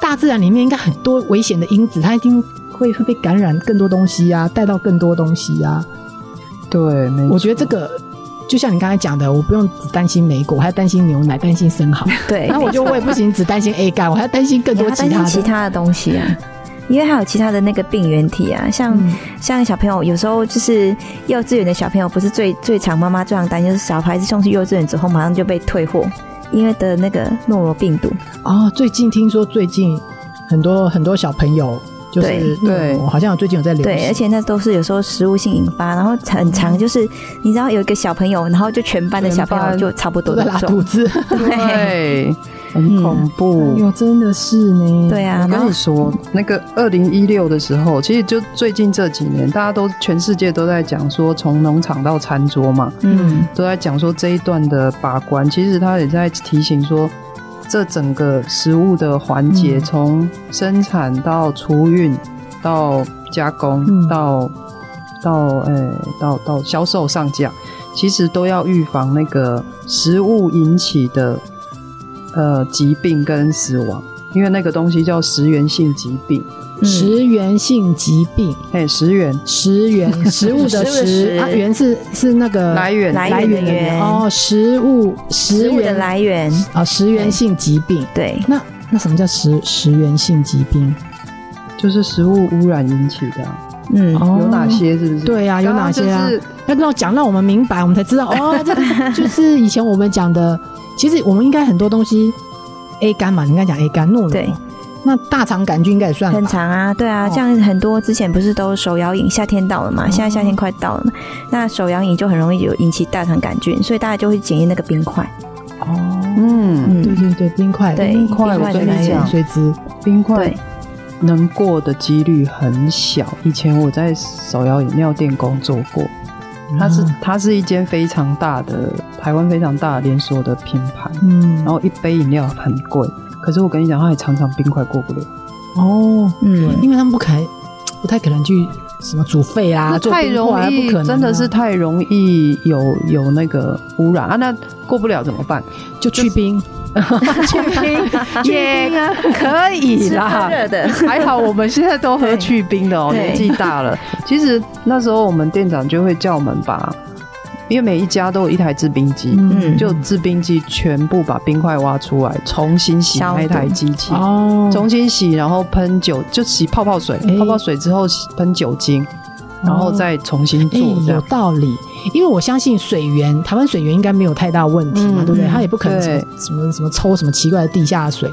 B: 大自然里面应该很多危险的因子，它一定会会被感染更多东西啊，带到更多东西啊。
C: 对，没
B: 我觉得这个就像你刚才讲的，我不用只担心莓果，我还担心牛奶，担心生 蚝。
D: 对，
B: 那我就我也不行，只担心 A 肝，我还要担心更
D: 你
B: 多
D: 要
B: 其
D: 担
B: 他
D: 心
B: 的。嗯
D: 其他的东西啊，因为还有其他的那个病原体啊，像、像小朋友有时候就是幼稚园的小朋友，不是最最常妈妈最常担心，就是小孩子送去幼稚园之后马上就被退货，因为得那个诺罗病毒。
B: 哦，最近听说最近很多很多小朋友就是
D: 对
C: 对
B: 我好像有最近有在流
D: 对，而
B: 行。
D: 且那都是有时候食物性引发，然后很长就是你知道有一个小朋友，然后就全班的小朋
C: 全
D: 友
C: 班
D: 就差不
B: 都
D: 多
B: 在
D: 都
B: 拉
D: 中
B: 肚。子，
D: 对
C: 对，很恐怖。
B: 哟，哎真的是呢。
D: 对啊
C: 我，
D: 然
C: 跟
D: 后
C: 你说，那个二零一六的时候，其实就最近这几年，大家都全世界都在讲说，从农场到餐桌嘛，
D: 嗯，
C: 都在讲说这一段的把关。其实他也在提醒说，这整个食物的环节，
B: 嗯
C: 从生产到储运，到加工，
B: 嗯
C: 到到呃、到到销售上架，其实都要预防那个食物引起的呃疾病跟死亡。因为那个东西叫食源性疾病，
D: 嗯
B: 食源性疾病，
C: 哎、食源
B: 食 源食物的
D: 食物的
B: 食
D: 食
B: 啊，源是是那个
C: 来源
D: 来
B: 来源
D: 源
B: 的
D: 的
B: 源
D: 源
B: 哦，食物食
D: 食物的
B: 源
D: 来源，
B: 啊，食源性疾病。
D: 对，
B: 那那什么叫食食源性疾病？
C: 就是食物污染引起的啊、
D: 嗯，
B: 哦
C: 有哪？些？是不是？
B: 对啊，有哪些啊
C: 刚刚？就是
B: 要跟我讲，让我们明白，我们才知道 哦。这个就是以前我们讲的，其实我们应该很多东西 A 肝嘛，你应该讲 A 肝诺
D: 对
B: 如，那大肠杆菌应该也
C: 嗯
B: 算
D: 很
B: 吧。
D: 长啊，对啊，
B: 哦
D: 像很多之前不是都手摇饮，夏天到了嘛，
C: 哦
D: 现在夏天快到了嘛，那手摇饮就很容易有引起大肠杆菌，所以大家就会检验那个冰块。
B: 哦，
C: 嗯，
B: 对
D: 嗯，
B: 对对，冰块，
D: 对
B: 冰
D: 冰
B: 块
D: 块
B: 我
D: 的
B: 跟
D: 来
B: 你讲，
D: 源
B: 随之
C: 冰块
D: 对，
C: 能过的几率很小。以前我在手摇饮料店工作过，
B: 嗯
C: 它是它是一间非常大的台湾非常大的连锁的品牌，
B: 嗯
C: 然
D: 哦
C: 后一杯饮料很贵，可是我跟你讲，它也常常冰块过不了，
B: 哦，
D: 嗯，
B: 因为他们不可能，不太可能去什么煮沸啊，
C: 那
B: 做
C: 太
B: 冰
C: 容
B: 块啊
C: 易
B: 不可能啊，
C: 真的是太容易有有那个污染啊，那过不了怎么办？
B: 就去冰，
C: 去冰也可以
D: 是
C: 啦，
D: 热的，
C: 还好我们现在都喝去冰的哦，
D: 对
C: 年纪大了。其实那时候我们店长就会叫我们把，因为每一家都有一台制冰机，
D: 嗯
C: 就制冰机全部把冰块挖出来，重新洗
D: 消毒
C: 那台机器，
B: 哦，
C: 重新洗，然后喷酒，就洗泡泡水，
B: 哎
C: 泡泡水之后洗喷酒精，然后再重新
B: 哎
C: 做这
B: 有
C: 样。
B: 道理，因为我相信水源，台湾水源应该没有太大问题嘛，
C: 嗯
B: 对不对？
D: 嗯
B: 它也不可能什么
C: 对
B: 什么什么抽什么奇怪的地下水，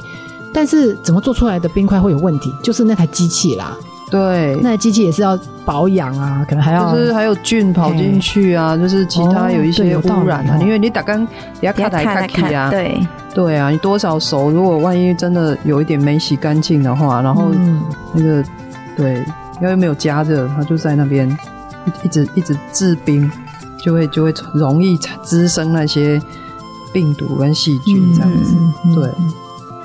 B: 但是怎么做出来的冰块会有问题？就是那台机器啦，
C: 对。
B: 那台机器也是要保养啊，可能还要
C: 就是还有菌跑进去啊，就是其
B: 哦
C: 他有一
B: 对
C: 些
B: 有道理
C: 污染啊
B: 哦，
C: 因为你打刚你要
D: 不
C: 看
D: 要
C: 台
D: 看来
C: 看去
D: 看，，
C: 啊
D: 对，
C: 对啊，你多少熟？如果万一真的有一点没洗干净的话，然后
B: 嗯
C: 那个、对，要又没有加热，它就在那边一一直一直制冰，就会就会容易产滋生那些病毒跟细菌这样子。
B: 嗯嗯
C: 对，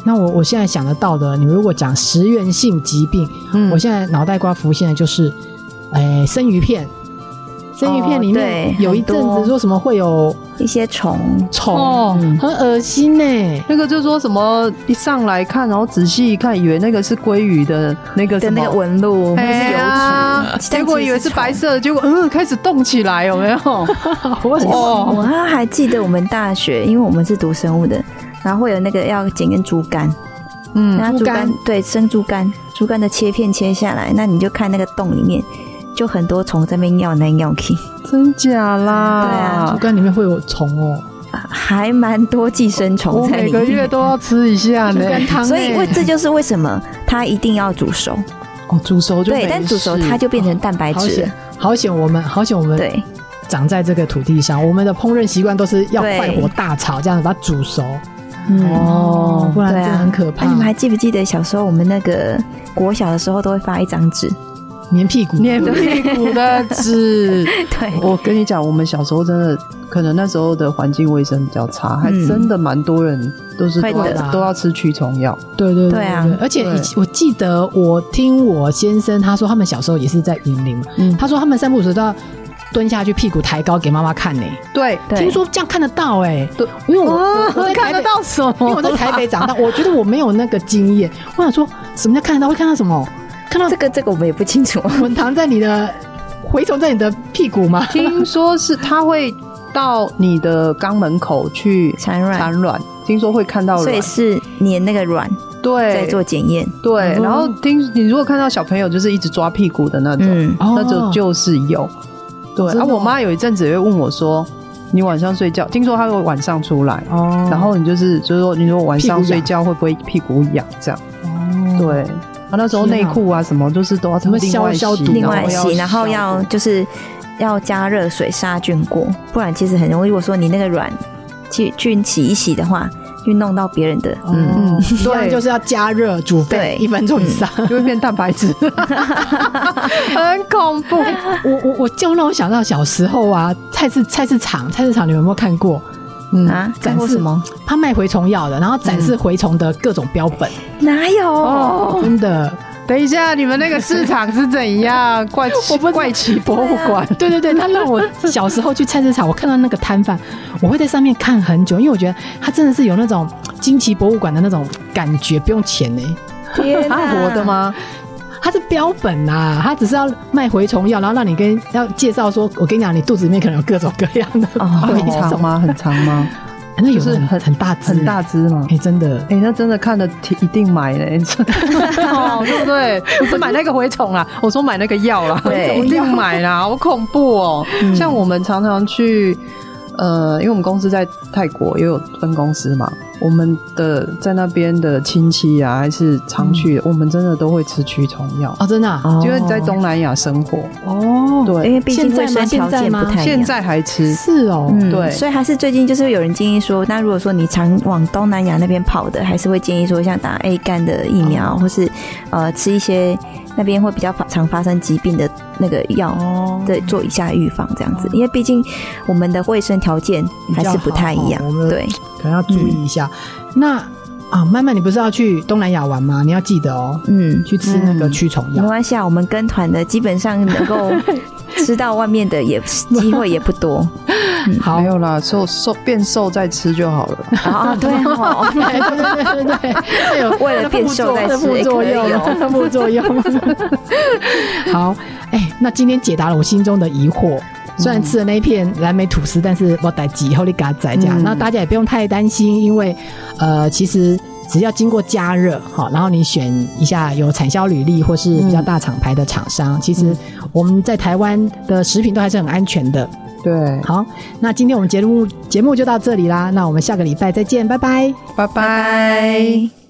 B: 那我我现在想得到的，你们如果讲食源性疾病，
C: 嗯
B: 我现在脑袋瓜浮现的就是，哎，生鱼片。生鱼片里面
D: 哦对
B: 有一阵
D: 很
B: 子
D: 多
B: 说什么会有
D: 一些虫，
B: 虫，
C: 哦
B: 嗯很恶心呢、
C: 那个就说什么一上来看，然后仔细一看，以为那个是鲑鱼的那个
D: 的
C: 什
D: 那个
C: 么。
D: 纹路，或是
C: 哎
D: 油
C: 呀
D: 脂，
C: 结果以为是白色的，结果嗯开始动起来，有没有？
B: 我很
D: 我
C: 哦，
D: 还还记得我们大学，因为我们是读生物的，然后会有那个要检验猪肝，
C: 嗯，
D: 那
B: 猪
D: 猪
B: 肝
D: 肝对生猪肝，猪肝的切片切下来，那你就看那个洞里面就很多虫在那边尿来尿去，
C: 真假啦？
D: 对啊
B: 猪肝里面会有虫哦，
D: 啊还蛮多寄生虫
C: 我
D: 在
C: 哦每
D: 里
C: 个欸月
D: 面。
C: 都要吃一下呢。
B: 汤
D: 所以为这就是为什么它一定要煮熟，
C: 哦，煮熟就
D: 对，
C: 没
D: 但煮熟
C: 事
D: 它就变成蛋白
B: 哦好
D: 质了
B: 险，，好险我们，好险我们
D: 对
B: 长在这个土地上，我们的烹饪习惯都是要
D: 对
B: 快火大炒，这样子把它煮熟
D: 嗯。
B: 哦，不然
D: 对
B: 这
D: 啊
B: 很可
D: 那
B: 怕
D: 你。们还记不记得小时候我们那个国小的时候都会发一张纸，
B: 粘屁股，
C: 粘屁股的纸。
D: 对，
C: 我跟你讲，我们小时候真的，可能那时候的环境卫生比较差，还真的蛮多人都是都
D: 会
B: 的
C: 要都要吃驱虫药。
B: 对对
D: 对啊
B: 而且
C: 对
B: 以前我记得我听我先生他说，他们小时候也是在云林嘛，
C: 嗯，
B: 他说他们散步的时候都要蹲下去，屁股抬高给妈妈看呢、
C: 对，
D: 对
B: 听说这样看得到哎、
C: 对，
B: 因为我、
C: 哦
B: 我在台北，
C: 到什
B: 因为我在台北长大，我觉得我没有那个经验。我想说，什么叫看得到？会看到什么？看到
D: 这个这个我们也不清楚。
B: 滚糖在你的 蛔虫在你的屁股吗？
C: 听说是它会到你的肛门口去
D: 产卵
C: 产卵，听说会看到
D: 所
C: 卵
D: 以，是粘那个卵在
C: 对
D: 做检验，
C: 对。
B: 嗯
C: 然后听你如果看到小朋友就是一直抓屁股的那种，
D: 嗯，
B: 哦
C: 那就就是有。对，
B: 真的
C: 啊，
B: 哦
C: 我妈有一阵子也会问我说：“你晚上睡觉？”听说她会晚上出来，
B: 哦
C: 然后你就是就是说，你如果晚上
B: 屁股
C: 睡
B: 痒
C: 觉会不会屁股痒这样？
B: 哦
C: 对，啊，那时候内裤啊什么就是都要
B: 什么
C: 另外
B: 消消毒
D: 另
B: 然
D: 外洗，然后要就是要加热水杀菌过，不然其实很容易。如果说你那个卵去去洗一洗的话，就弄到别人的，嗯，
B: 嗯，一样
C: 对
B: 就是要加热煮沸
D: 对
B: 一分钟以上。
C: 就会变蛋白质，很恐怖。
B: 我我我就让我想到小时候啊，菜市菜市场菜市场，你们有没有看过？
C: 嗯
D: 啊，
B: 展
D: 看过
B: 示
D: 什么？
B: 他卖蛔虫药的，然后展示蛔虫的各种标本，
D: 哪有？
C: 哦，
B: 真的。
C: 等一下，你们那个市场是怎样？怪奇怪奇博物 馆，
B: 对对对，他让我小时候去菜市场，我看到那个摊贩，我会在上面看很久，因为我觉得他真的是有那种惊奇博物馆的那种感觉，不用钱呢、
D: 天啊
C: 它
D: 哪
C: 啊活的？吗？
B: 它是标本呐、啊，它只是要卖蛔虫药，然后让你跟要介绍说，我跟你讲，你肚子里面可能有各种各样的
D: 哦
B: 蛔
C: 啊很
B: 虫
C: 长，吗？很长吗？
B: 那有
C: 就是
B: 很
C: 很
B: 很大只，
C: 很大只吗
B: 哎、？真的。
C: 哎、那真的看了挺一定买嘞、哦，对不对？不是买那个蛔虫啦，我说买那个药啦，
D: 对
C: 一定买啦，好恐怖哦！像我们常常去，呃，因为我们公司在泰国也有分公司嘛，我们的在那边的亲戚啊，还是常去，我们真的都会吃驱虫药，
B: 哦，真的、啊、
C: 因为你在东南亚生活，
B: 哦，
D: 因
C: 对，
D: 为毕竟卫生条件不太一
C: 现
D: 样。
C: 在还吃，
B: 是哦，
D: 嗯，
C: 对
D: 所以还是最近就是有人建议说，那如果说你常往东南亚那边跑的，还是会建议说像打 A 肝的疫苗，或是呃吃一些那边会比较常发生疾病的那个药，
B: 哦，
D: 对，做一下预防这样子，因为毕竟我们的卫生条件还是不太一
B: 比较
D: 样
B: 好哦我们，
D: 对，嗯
B: 可能要注意一下。那啊，曼曼，你不是要去东南亚玩吗？你要记得哦，
D: 嗯。
B: 去吃那个驱虫
D: 没
B: 药。
D: 关系啊，我们跟团的基本上能够吃到外面的也机会也不多
B: 好
C: 没，有啦，瘦瘦变瘦再吃就好了。
D: 啊，对哦，
B: 对对对对对，这有
D: 为了变瘦再吃
B: 副作用
D: 也可以，哦
B: 副作 用。好，哎、那今天解答了我心中的疑惑。
D: 嗯
B: 虽然吃了那一片蓝莓吐司，但是我逮几后你给它宰这样，
C: 嗯
B: 那大家也不用太担心，因为呃，其实只要经过加热哈，然后你选一下有产销履历或是比较大厂牌的厂
D: 嗯
B: 商，其实我们在台湾的食品都还是很安全的。
C: 对，
B: 好，那今天我们节目节目就到这里啦，那我们下个礼拜再见，拜拜。
C: 拜拜。
D: 拜。